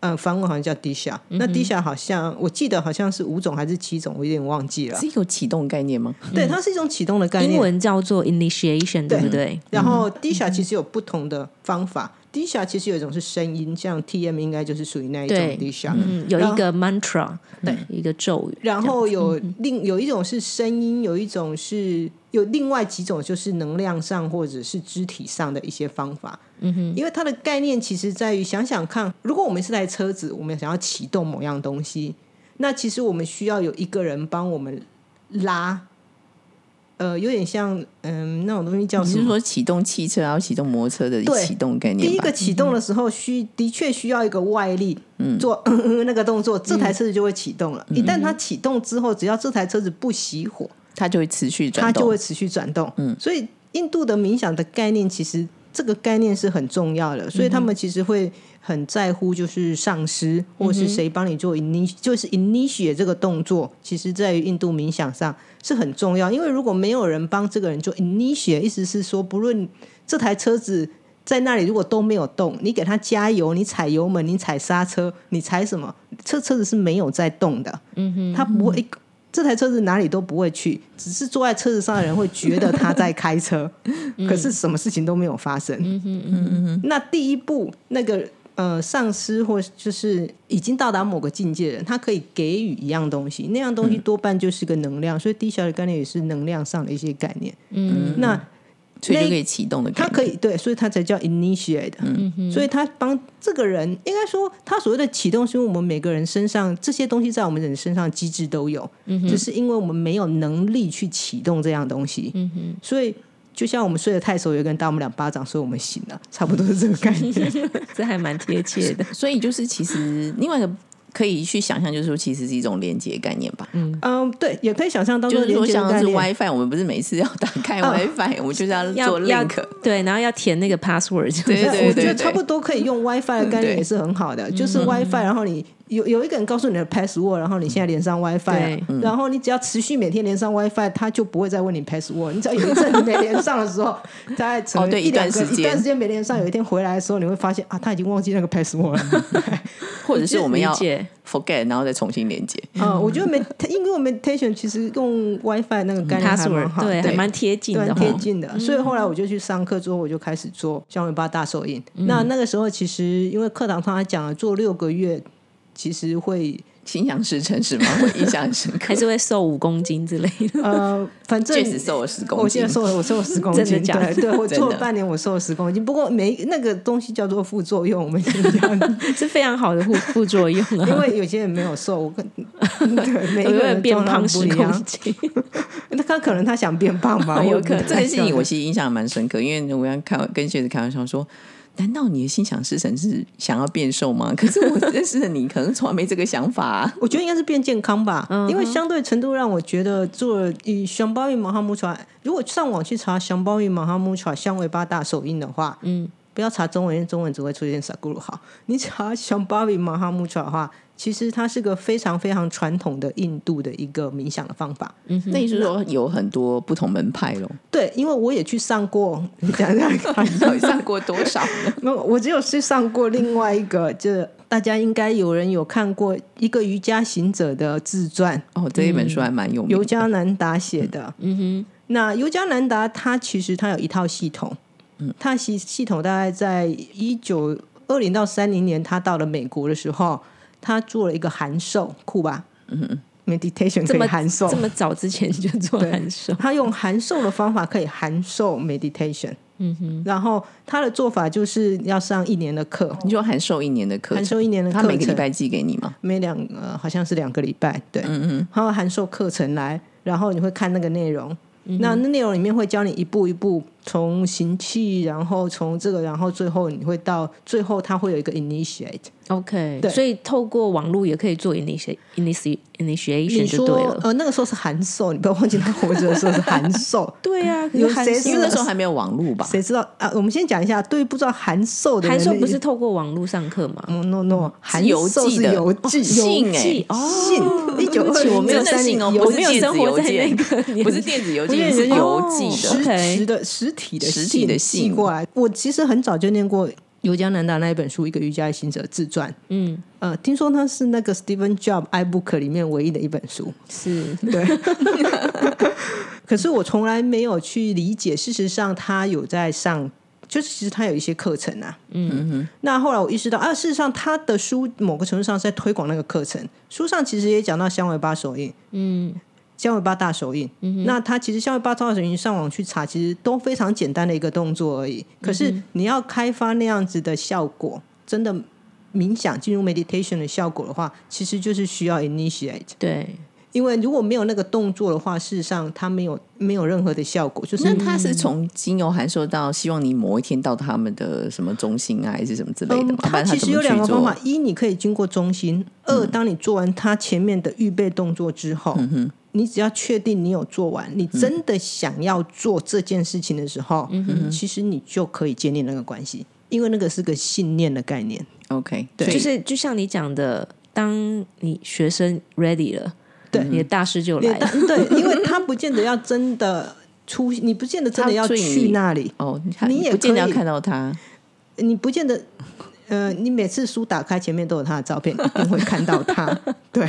S2: 呃，梵文好像叫 disha，、那
S3: 嗯
S2: disha 好像我记得好像是五种还是七种，我有点忘记了。
S1: 是有启动概念吗？
S2: 对，它是一种启动的概
S3: 英
S2: 念。
S3: 文嗯叫做 initiation，对不对？
S2: 然后 disha 其实有不同的方法、d i s h a 其实有一种是声音，像 TM 应该就是属于那一种
S3: 对
S2: disha，、
S3: 嗯，有
S2: 然
S3: 一
S2: 后
S3: 个 mantra，对，一个咒语。
S2: 然后有
S1: 嗯
S2: 另有一种是声音，有一种是有另外几种就是能量上或者是肢体上的一些方法。嗯哼，因为它的概念其实在于想想看，如果我们是台车子，我们想要启动某样东西，那其实我们需要有一个人帮我们拉。呃，有点像嗯那种东西 叫
S1: 你
S2: 什
S1: 是
S2: 么？
S1: 说启动汽车，然后启动摩托车的
S2: 对
S1: 启动概念吧？
S2: 第一个启
S1: 嗯
S2: 动的时候需的确需要一个外力做 那个动作，这
S1: 嗯
S2: 台车子就会启动了。一旦它启动之后，只要这台车子不熄火，
S1: 它就会持续
S2: 它
S1: 转
S2: 就
S1: 动
S2: 会。持续转动。嗯，所以印度的冥想的概念其实这个概念是很重要的，所以他们其实会很在乎，就是上师或是谁帮你做 init，就是 initiate 这个动作，其实在于印度冥想上是很重要，因为如果没有人帮这个人做 initiate，意思是说，不论这台车子在那里如果都没有动，你给它加油，你踩油门，你踩刹车，你踩什么，这车子是没有在动的，嗯哼，它不会。这台车子哪里都不会去，只是坐在车子上的人会觉得他在开车，可是什么事情都没有发生。那第一步，那个呃上司或就是已经到达某个境界的人，他可以给予一样东西，那样东西多半就是个能量，所以低效的概念也是能量上的一些概念。嗯，那
S1: 所以就可以启动的感
S2: 他
S1: 觉。
S2: 可以对，所以他才叫 initiate。所以
S1: 嗯
S2: 他帮这个人，应该说他所谓的启动，是因为我们每个人身上这些东西在我们人身上机制都有，
S1: 嗯
S2: 只是因为我们没有能力去启动这样东西。
S1: 嗯
S2: 所以就像我们睡得太熟，有一个人打我们两巴掌，所以我们醒了，差不多是这个概念。
S3: 这还蛮贴切的。
S1: 所以就是其实另外一个可以去想象，就是说其实是一种连接概念吧。
S2: 嗯，对，也可以想象当
S1: 就
S2: 做
S1: 是说
S2: 连接的
S1: 像
S2: 概
S1: 是
S2: 念。
S1: WiFi，我们不是每次要打开
S2: 嗯
S1: WiFi，、我们就是要做 link。
S3: 对，然后要填那个 password，
S1: 对对
S2: 我觉得
S1: 对嗯
S2: 差不多可以用 WiFi 的
S1: 对
S2: 概
S1: 嗯
S2: 念也是很好的，就是 WiFi，然后你有有一个人告诉你的 password，然后你现在连上 WiFi，
S3: 对
S2: 了然后你只要持续每天连上 WiFi，它就不会再问你 password。你只要有一阵子没连上的时候，大概成
S1: 哦对
S2: 一
S1: 一段
S2: 两个
S1: 时间嗯
S2: 一段时间没连上，有一天回来的时候，你会发现啊，他已经忘记那个 password 了。
S1: 或者是我们要
S3: 理解
S1: forget，然后再重新连接。
S2: 啊，我觉得 med 因为我 meditation 其实用 WiFi 那个
S3: 嗯
S2: 概念还蛮
S3: password，
S1: 嗯
S2: 好的，
S3: 对，还蛮贴近
S2: 对，
S3: 的，嗯
S2: 贴。近的。所以后来我就去上课之后，我就开始做香尾巴大手印。
S3: 嗯
S2: 那那个时候其实因为课堂上他讲了做六个月，其实会
S1: 心想事成是吗？会印象很深刻
S3: 还。是会瘦五公斤之类 的，
S2: 呃，反正
S1: 确实瘦了十公
S2: 我现
S1: 斤
S2: 在，瘦了，我瘦了十公
S3: 真的
S2: 斤，
S3: 假的
S2: 对，对我
S1: 真的
S2: 做了半年，我瘦了十公斤。不过没那个东西叫做副作用，我们先讲，
S3: 是非常好的 副副作用啊。
S2: 因为有些人没有瘦，我跟对每一
S3: 有
S2: 个
S3: 没有人
S2: 人
S3: 变
S2: 状况
S3: 胖
S2: 不
S3: 十
S2: 一
S3: 公
S2: 样，
S3: 斤？
S2: 那他可能他想变胖吧，
S3: 有
S2: 我
S3: 可能
S1: 这
S2: 个
S1: 件事情我其实印象蛮深刻，因为我刚开跟学子开玩笑说。难道你的心想事成是想要变瘦吗？可是我认识的你，可能从来没这个想法、啊。
S2: 我觉得应该是变健康吧，因为相对程度让我觉得做以香包玉马哈木茶，如果上网去查香包玉马哈木茶香尾巴大手印的话，嗯，不要查中文，因为中文只会出现萨古鲁好，你查香包玉马哈木茶的话，其实它是个非常非常传统的印度的一个冥想的方法。
S1: 那意思说有很多不同门派咯，
S2: 对，因为我也去上过，你讲讲看。
S1: 到底上过多少呢？
S2: 那我只有去上过另外一个，就是大家应该有人有看过一个瑜伽行者的自传，
S1: 哦，这一本书还蛮有名
S2: 尤
S1: 的。
S2: 加南达写的。嗯哼，那尤加南达他其实他有一套系统，嗯，他系系统大概在一九二零到三零年，他到了美国的时候，他做了一个函授，酷吧？嗯，meditation
S3: 这
S2: 可
S3: 么
S2: 以函授
S3: 这，么早之前就做函授，
S2: 他用函授的方法可以函授 meditation。嗯哼，然后他的做法就是要上一年的课，
S1: 你说函授一年的课程，
S2: 函授一年的课
S1: 他
S2: 程，
S1: 每个礼拜寄给你吗？
S2: 每两呃好像是两个礼拜，对，嗯嗯，然后函授课程来，然后你会看那个内容，那那内容里面会教你一步一步从行气，然后从这个，然后最后你会到最后，它会有一个 initiate。
S3: OK，
S2: 对
S3: 所以透过网络也可以做 initi initi initiation
S2: 你
S3: 就
S2: 说
S3: 对了。，
S2: 呃那个时候是函授，你不要忘记他活着的时候是函授
S3: 对啊，
S2: 有
S3: 函
S2: 谁
S1: 因为那时候
S2: 是
S1: 还没有网络吧？
S2: 谁知道啊？我们先讲一下，对于不知道函授的人
S3: 函授不是
S2: 那
S3: 透过网络上课吗？
S2: 嗯？no no，函
S1: 邮
S2: 授
S1: 寄
S2: 是
S1: 的
S2: 邮寄，
S1: 信哎、
S3: 寄哦，
S2: 信一九二零
S1: 我没有
S2: 三
S1: 信
S2: 零
S1: 哦，
S2: 邮
S1: 不
S3: 没
S1: 是
S3: 有
S1: 电
S3: 生
S1: 子
S3: 活
S1: 邮
S3: 在那
S1: 件
S3: 个，年
S1: 不是电子邮
S2: 我觉
S1: 件，
S2: 得
S1: 是
S2: 有
S1: 邮寄
S3: 哦
S1: 的。
S3: 是 OK
S2: 实实的实体的
S1: 实体的信
S2: 信寄过来。我其实很早就念过尤加南达那一本书《一个瑜伽行者自传》。
S3: 嗯，
S2: 呃，听说它是那个 Stephen Job iBook 里面唯一的一本书。
S3: 是
S2: 对， 可是我从来没有去理解。事实上，他有在上，就是其实他有一些课程啊。嗯哼。那后来我意识到啊，事实上他的书某个程度上是在推广那个课程。书上其实也讲到香尾巴手印，嗯，香尾巴大手印。嗯、那他其实香尾巴大手印上网去查，其实都非常简单的一个动作而已。可是你要开发那样子的效果，真的。冥想进入 meditation 的效果的话，其实就是需要 initiate。
S3: 对，
S2: 因为如果没有那个动作的话，事实上它没有没有任何的效果，就是
S1: 那他是从精油函授到希望你某一天到他们的什么中心啊，还是什么之类的吗？不
S2: 它
S1: 然
S2: 嗯
S1: 怎
S2: 其实
S1: 么
S2: 有
S1: 去
S2: 两个
S1: 做嗯
S2: 方法：一，你可以经过中心；二，当你做完它前面的预备动作之后，你只要确定你有做完，你
S1: 嗯
S2: 真的想要做这件事情的时候，其实你就可以建立那个关系，因为那个是个信念的概念。
S1: OK，
S2: 对
S3: 就是就像你讲的，当你学生 ready 了，对，你的大师就来
S2: 对，
S3: 了。
S2: 对，因为他不见得要真的出，你不见得真的要
S1: 他对你
S2: 去那里，
S1: 哦，你看
S2: 你也
S1: 不见得要
S2: 可以
S1: 看到他，
S2: 你不见得。呃，你每次书打开前面都有他的照 片，一定会看到他。对，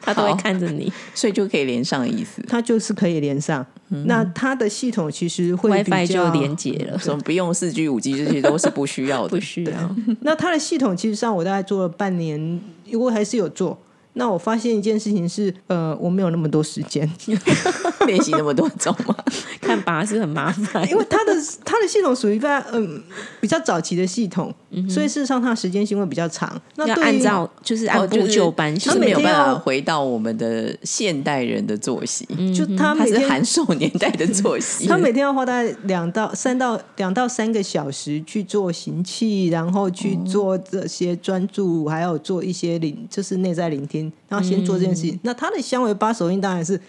S3: 他都会
S1: 好
S3: 看着你
S1: 所以就可以连上的意思。
S2: 他就是可以连上。那他的系统其实会比
S3: 嗯，WiFi 就
S2: 较
S3: 连接了，
S1: 什么不用四 G、五 G 这些都是不需要
S3: 不
S1: 的。
S3: 需要。
S2: 那他的系统其实上我大概做了半年，我还是有做。那我发现一件事情是，呃，我没有那么多时 间，
S1: 练习那么多种吗？
S3: 看拔是很麻烦，
S2: 因为他的他的系统属于在嗯比较早期的系统，所以事实上它的时间性会比较长。那
S3: 嗯要
S2: 对于
S3: 按照就是按
S1: 哦
S3: 部
S1: 是
S3: 就班
S1: 就
S3: 行，
S1: 是没有
S2: 每天
S1: 办
S2: 要
S1: 法回到我们的现代人的作息，
S3: 嗯
S2: 就他
S1: 它
S2: 每
S1: 是
S2: 天
S1: 函授年代的作息。
S2: 他每天要花大概两到三到两到三个小时去做行气，然后去做这些专注，还有做一些聆，就是内在聆听，然后先做这件事情。
S1: 嗯
S2: 那他的香味八手印当然是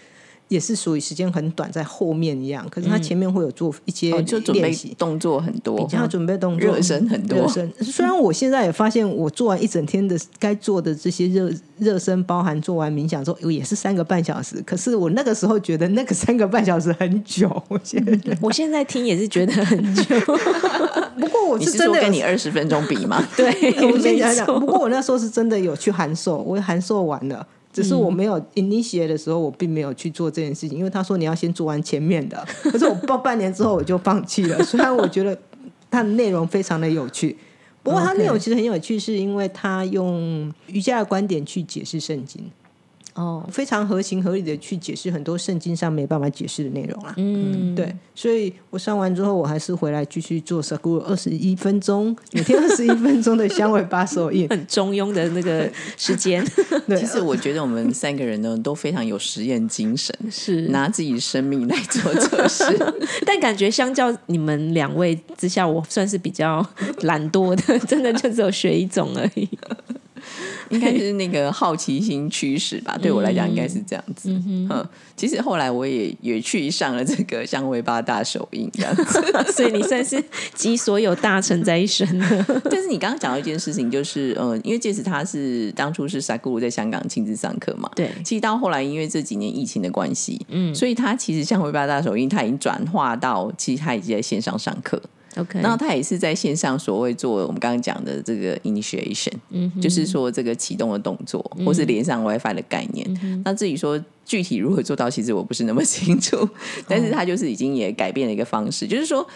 S2: 也是属于时间很短，在后面一样，可是他前面会有做一些
S1: 哦，就准备
S2: 练习。
S1: 动作很多，
S2: 他准备动作
S1: 热身很多
S2: 热身。虽然我现在也发现，我做完一整天的该做的这些热热身，包含做完冥想之后，也是三个半小时。可是我那个时候觉得那个三个半小时很久，我现在
S3: 我现在听也是觉得 很久，
S2: 不过我
S1: 你
S2: 是
S1: 是
S2: 真
S1: 说
S2: 的有
S1: 跟你二十分钟比 吗？
S3: 对，
S2: 我先讲
S3: 没
S2: 讲。
S3: 错
S2: 不过我那时候是真的有去函授，我函授完了。只是我没有 initiate 的时候，我并没有去做这件事情，因为他说你要先做完前面 的。可是我报半年之后我就放弃了，虽然我觉得它的内容非常的有趣，不过它内容其实很有趣，是因为它用瑜伽的观点去解释圣经，
S3: 哦，
S2: 非常合情合理的去解释很多圣经上没办法解释的内容啦。
S3: 嗯，
S2: 对，所以我上完之后，我还是回来继续做 s a g u r 二十一分钟，每天二十一分钟的香味把手印。
S3: 很中庸的那个时 间
S2: 对，
S1: 其实我觉得我们三个人呢都非常有实验精神，
S3: 是，
S1: 拿自己生命来做测 试。
S3: 但感觉相较你们两位之下，我算是比 较懒惰的，真的就只有学一种而已。
S1: 应该是那个好奇心驱使吧，
S2: 嗯
S1: 对我来讲应该是这样子。嗯其实后来我也也去上了这个香尾巴大手印这样子。
S3: 所以你算是集所有大成在一身了。
S1: 但是你刚刚讲到一件事情，就是呃，因为戒指他是当初是萨古鲁在香港亲自上课嘛，
S3: 对
S1: 其实到后来因为这几年疫情的关系，嗯，所以他其实香尾巴大手印他已经转化到，其实他已经在线上上课，
S3: OK，
S1: 然后他也是在线上所谓做我们刚刚讲的这个 initiation，、就是
S2: 嗯
S3: 嗯
S1: 说这个启动的动作，或是连上 WiFi 的概
S3: 嗯
S1: 念。那至于说具体如何做到，其实我不是那么 清
S3: 哦
S1: 楚，但是他就是已经也改变了一个方式，就是说。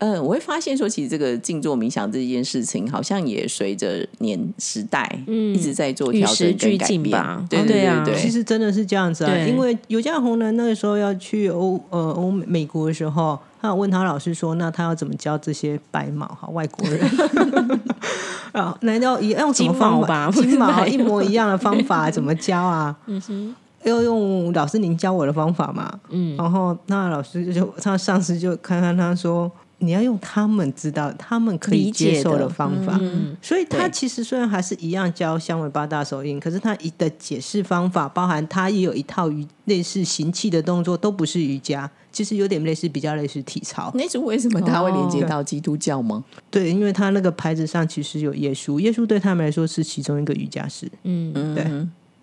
S1: 嗯，我会发现说，其实这个静坐冥想这件事情，好像也随着年时代，嗯，一直在做
S3: 与
S1: 调
S3: 时
S1: 整
S3: 俱
S1: 跟改
S3: 进
S1: 变
S3: 吧
S1: 对
S3: 哦
S1: 对
S3: 对啊
S1: 对
S2: 其
S1: 对，
S2: 实真的是这样子啊，
S3: 对
S2: 因为尤家红呢，那个时候要去欧呃欧美美国的时候，他有问他老师说，那他要怎么教这些白毛哈外国人 啊？难道一用什么方法？
S3: 金毛吧
S2: 金毛一
S3: 不是白
S2: 模一样的方法怎么教 啊？嗯哼，要用老师您教我的方法嘛？嗯，然后那老师就他上司就看看他说。你要用他们知道、他们可以
S3: 理解
S2: 接受
S3: 的
S2: 的方法，
S3: 嗯，
S2: 所以他
S1: 对
S2: 其实虽然还是一样教香尾巴大手印，可是他一的解释方法，包含他也有一套瑜类似行气的动作，都不是瑜伽，其实有点类似，比较类似体操。
S1: 那是为什么他会连
S3: 哦
S1: 接到基督教吗？
S2: 对，因为他那个牌子上其实有耶稣，耶稣对他们来说是其中一个瑜 伽师。嗯，对。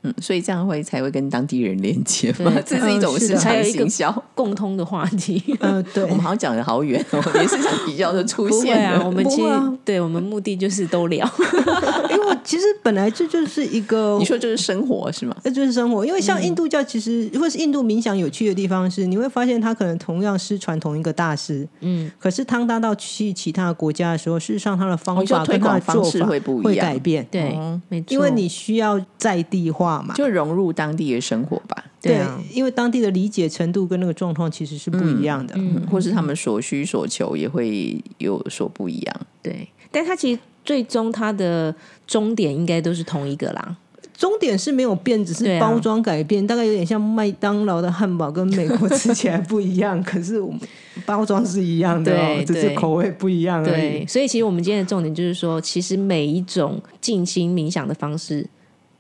S1: 嗯，所以这样会才会跟当地人连接嘛，
S3: 对
S1: 这是一
S2: 嗯
S1: 种
S2: 是
S1: 市
S2: 的
S3: 还有
S1: 场
S3: 一个
S1: 行销。
S3: 共通的话题。
S2: 呃，对
S1: 我，们好像讲的好远哦，连市场比较都出
S3: 不会
S1: 现
S3: 啊，
S1: 了。
S3: 我们其
S2: 不
S3: 实
S2: 会啊
S3: 对我们目的就是都聊，
S2: 因为其实本来这就是一个
S1: 你，说就是生活是吗？
S2: 这就是生活。因为
S1: 嗯
S2: 像印度教，其实或是印度冥想有趣的地方是，你会发现他可能同样失传同一个大师，
S3: 嗯，
S2: 可是当他到去其他国家的时候，事实上他的方
S1: 哦就
S2: 法
S1: 推
S2: 跟他
S1: 广
S2: 的
S1: 方
S2: 做
S1: 式
S2: 法
S1: 会不一样
S2: 会改变，哦
S3: 对，没错，
S2: 因为你需要在地化嘛，
S1: 就融入当地的生活吧，
S3: 对啊
S2: 因为当地的理解程度跟那个状况其实是不一样的。
S1: 嗯，或是他们所需所求也会有所不一样。
S3: 对，但他其实最终他的终点应该都是同一个啦。
S2: 终点是没有变，只
S3: 对
S2: 是
S3: 啊
S2: 包装改变，大概有点像麦当劳的汉堡跟美国吃起来不一样，可是我们包装是一样的、 哦
S3: 对，
S2: 只是
S3: 对
S2: 口味不一样而已
S3: 对，。所以其实我们今天的重点就是说，其实每一种静心冥想的方式，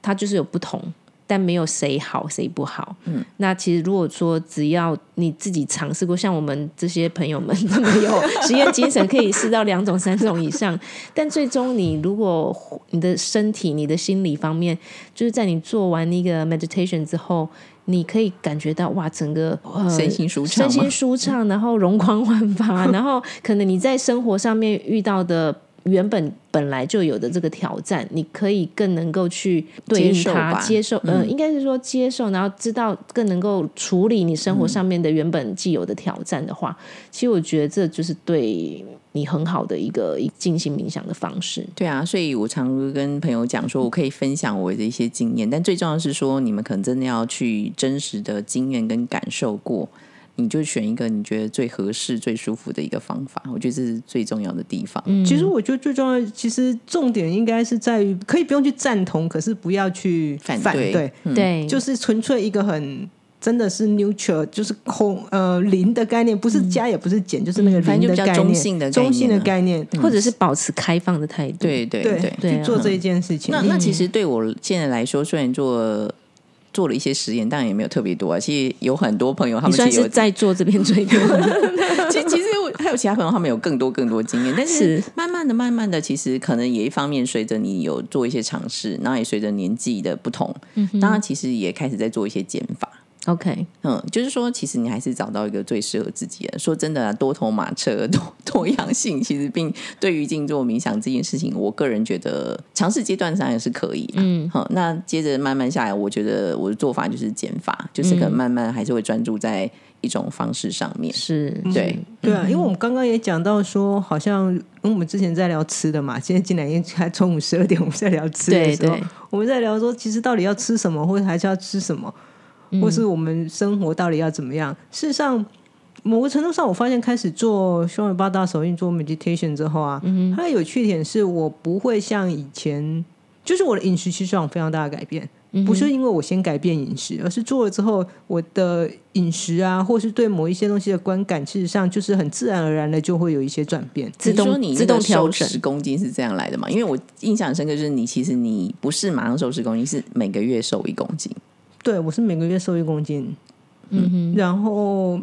S3: 它就是有不同。但没有谁好谁不好。嗯，那其实如果说只要你自己尝试过，像我们这些朋友们 这么有实验精神，可以试到两种、三种以上。但最终你如果你的身体、你的心理方面，就是在你做完那个 meditation 之后。你可以感觉到哇，整个、呃、
S1: 身心舒畅
S3: 身
S1: 吗
S3: 心舒畅，然后容光焕 发，然后可能你在生活上面遇到的原本本来就有的这个挑战，你可以更能够去对应
S1: 接受
S3: 它，
S1: 吧嗯
S3: 接受，呃，应该是说接受，然后知道更能够处理你
S1: 嗯
S3: 生活上面的原本既有的挑战的话，其实我觉得这就是对你很好的一个一进行冥想的方式。
S1: 对啊，所以我常会跟朋友讲说，我可以分享我的一些经验，但最重要的是说，你们可能真的要去真实的经验跟感受过，你就选一个你觉得最合适、最舒服的一个方法，我觉得这是最重要的地方。嗯，
S2: 其实我觉得最重要的，其实重点应该是在于，可以不用去赞同，可是不要去
S1: 反
S2: 对，
S1: 对嗯
S3: 对，
S2: 就是纯粹一个很真的是 neutral，就是空呃零的概念，不是加也不是减，就是那个
S1: 嗯反正
S2: 零
S1: 就
S2: 的
S1: 比较
S2: 概念，
S1: 中性的概念
S2: 中性的
S1: 啊
S2: 概念，
S3: 或者是保持开放的态度。
S1: 对对
S2: 对
S1: 对。
S3: 对
S2: 去
S3: 啊
S2: 做这一件事情。嗯
S1: 那那其实对我现在来说，虽然做做了一些实验，但也没有特别多啊。其实有很多朋友他
S3: 你
S1: 们
S3: 算
S1: 其实
S3: 是
S1: 有，
S3: 在做这边最多的，
S1: 其实其实我还有其他朋友他们有更多更多经验，但是
S3: 是
S1: 慢慢的、慢慢的，其实可能也一方面随着你有做一些尝试，然后也随着年纪的不同，
S3: 嗯
S1: 当然其实也开始在做一些减法。
S3: OK，
S1: 嗯，就是说，其实你还是找到一个最适合自己的。说真的、啊，多头马车、 多多样性，其实并对于静坐冥想这件事情，我个人觉得尝试阶段上也是可以、嗯，好，那接着慢慢下来，我觉得我的做法就是减法，就是可能慢慢还是会专注在一种方式上面。
S3: 嗯是
S1: 对，嗯
S2: 对啊，因为我们刚刚也讲到说，好像因为我们之前在聊吃的嘛，现在竟然也才中午十二点，我们在聊吃的
S3: 对
S2: 时候
S3: 对，
S2: 我们在聊说，其实到底要吃什么，或者还是要吃什么，
S3: 嗯
S2: 或是我们生活到底要怎么样？事实上，某个程度上，我发现开始做胸围八大手印做 meditation 之后啊，
S3: 嗯
S2: 它的有趣一点是我不会像以前，就是我的饮食习惯有非常大的改变。
S3: 嗯
S2: 不是因为我先改变饮食，而是做了之后，我的饮食啊，或是对某一些东西的观感，事实上就是很自然而然的就会有一些转变。
S3: 自
S1: 你说
S3: 动
S1: 你
S3: 自动调整
S1: 十公斤是这样来的嘛？因为我印象深刻，就是你其实你不是马上瘦十公斤，是每个月瘦一公斤。
S2: 对我是每个月瘦一公斤，嗯，然后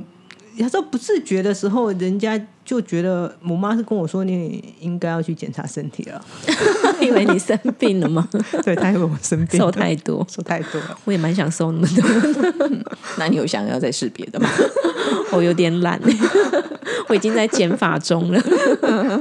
S2: 有时候不自觉的时候，人家就觉得我妈是跟我说你应该要去检查身体了，
S3: 以为你生病了吗？
S2: 对，她以为我生病了
S3: 瘦太多，
S2: 瘦太多了。
S3: 我也蛮想瘦那么多，
S1: 那你有想要再试别的吗？
S3: 我哦有点懒， 我已经在减法中 了。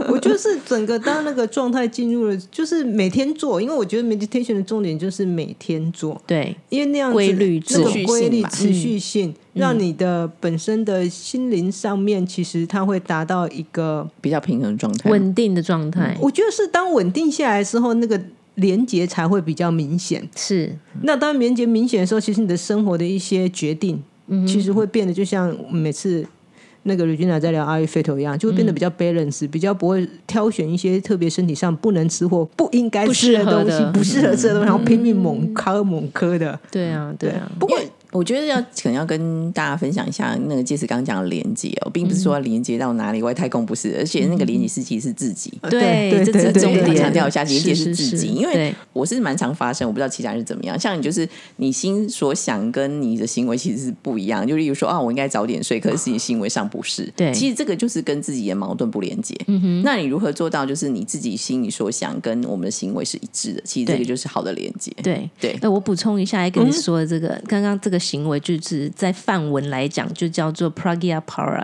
S2: 我就是整个当那个状态进入了，就是每天做，因为我觉得 meditation 的重点就是每天做，
S3: 对，
S2: 因为那样子
S3: 规律
S2: 那
S3: 做
S2: 种规律
S1: 持
S2: 持
S3: 嗯
S2: 续性，让你的本身的心灵上面，其实它会达到一个，
S1: 比较平衡的状态
S2: 嗯
S1: 吗。
S3: 稳定的状态
S2: 我觉得是当稳定下来之后，那个连结才会比较明显。
S3: 是
S2: 那当连接明显的时候，其实你的生活的一些决定，其实会变得就像每次那个 Regina 在聊阿育吠陀一样，就会变得比较 balance，、比较不会挑选一些特别身体上不能吃或不应该吃
S3: 不适合
S2: 东西
S3: 的、
S2: 不适合吃的东西，然后拼命猛磕猛磕的。
S3: 对啊，对啊，
S2: 不过
S1: 我觉得要可能要跟大家分享一下那个介石刚刚讲的连接哦，并不
S3: 嗯
S1: 是说要连接到哪里外太空，不是，而且那个连接是其实是自
S3: 嗯
S1: 己。
S2: 对
S3: 这
S2: 对
S3: 这
S2: 对
S3: 重
S2: 对
S3: 点
S2: 对
S1: 强调一下连接
S3: 是
S1: 是自己
S3: 是
S1: 因为
S3: 对
S1: 我是蛮常发生，我不知道其他人是怎么样。像你就是你心所想跟你的行为其实是不一样，就例如说啊，我应该早点睡，可是你行为上不是。
S3: 对
S1: 其实这个就是跟自己的矛盾不连接。嗯哼，那你如何做到就是你自己心里所想跟我们的行为是一致的？其实这个
S3: 对
S1: 就是好的连接。
S3: 对
S1: 对
S3: 哎，我补充一下，跟你说的这个，刚刚这个行为就是在范文来讲，就叫做 pragya para。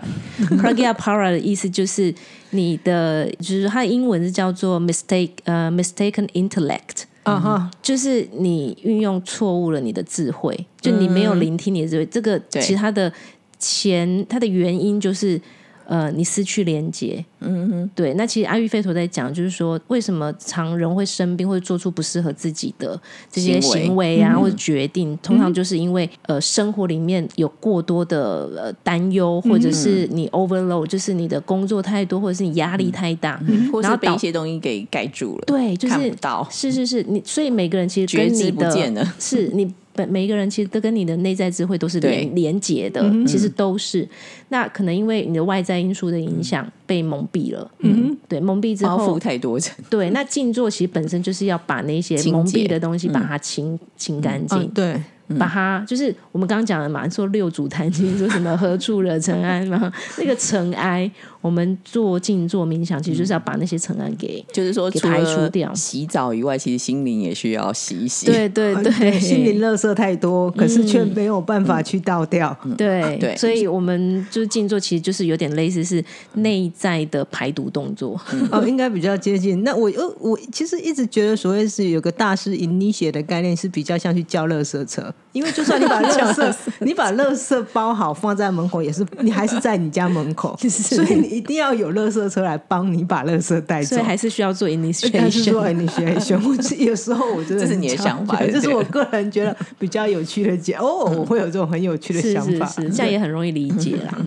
S3: pragya para 的意思就是你的，就是它的英文是叫做 mistake 呃 mistaken intellect。
S2: 啊哈，
S3: 就是你运用错误了你的智慧，就你没有聆听你的智慧。这个
S1: 对
S3: 其实它的前它的原因就是呃，你失去连接。嗯哼，对。那其实阿育吠陀在讲，就是说为什么常人会生病，会做出不适合自己的这些
S1: 行为
S3: 行为啊，或者决定，通常就是因为呃，生活里面有过多的呃担忧，或者是你 overload，就是你的工作太多，或者是你压力太大，
S1: 或
S3: 然
S1: 是
S3: 后
S1: 被
S3: 导
S1: 一些东西给盖住了，
S3: 对，就是
S1: 看不到，
S3: 是是是，你所以每个人其实
S1: 觉
S3: 跟你
S1: 知不
S3: 的
S1: 见了。
S3: 是你本每一个人其实都跟你的内在智慧都是
S1: 对
S3: 连连结
S2: 嗯
S3: 的，其实都是。那可能因为你的外在因素的影响被蒙蔽了，嗯，对，蒙蔽之
S1: 包
S3: 后
S1: 袱，太多， 真的
S3: 对，那静坐其实本身就是要把那些
S1: 清
S3: 蒙蔽
S1: 洁
S3: 的东西把它清清干净，
S2: 嗯，对，
S3: 把它就是我们刚刚讲的嘛，做六祖坛经，说什么何处惹尘埃嘛，那个尘埃，我们做静坐冥想，其实就是要把那些尘埃给。
S1: 就是说
S3: 给
S1: 除
S3: 排除
S1: 了
S3: 掉
S1: 洗澡以外，其实心灵也需要洗一洗。
S3: 对对对，
S2: 啊心灵垃圾太多，可是却没有办法去倒掉。啊
S3: 对
S1: 对
S3: 所以我们就是静坐，其实就是有点类似是内在的排毒动作。
S2: 哦，应该比较接近。那我呃，我其实一直觉得所谓是有个大师引你血的概念是比较像去叫垃圾车，因为就算你把垃圾你把垃圾包好放在门口，也是你还是在你家门口，所以你一定要有垃圾车来帮你把垃圾带走
S3: 所以。还是需要做
S2: 但是说
S3: initiation。
S2: 哎你学选，我这有时候我真的
S1: 这是你的
S2: 这样
S1: 想法
S2: 觉得
S1: 对
S2: 这是我个人觉得比较有趣的解。哦，我会有这种很有趣的
S3: 是
S2: 想
S3: 是
S2: 法，
S3: 是，这样也很容易理解啦。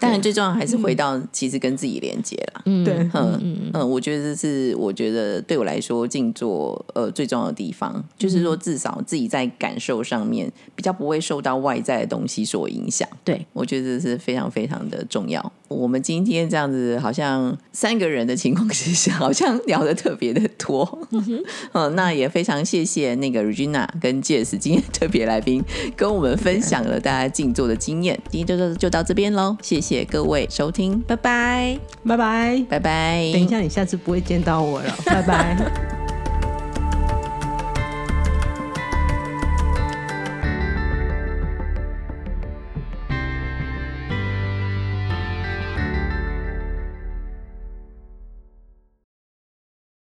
S1: 当然最重要还是
S3: 嗯
S1: 回到其实跟自己连接啦。
S2: 对对
S1: 嗯嗯我觉得这是我觉得对我来说静坐呃最重要的地方，就是
S3: 嗯
S1: 说至少自己在感受上面比较不会受到外在的东西所影响。
S3: 对，
S1: 我觉得这是非常非常的重要。我们今天这样子，好像三个人的情况之下，好像聊的特别的多。嗯那也非常谢谢那个 Regina 跟 Jess 今天特别来宾跟我们分享了大家静坐的经验。今天就到就到这边喽，谢谢各位收听，
S3: 拜拜。
S2: 拜拜。
S1: 拜拜。
S2: 等一下，你下次不会见到我了，拜拜。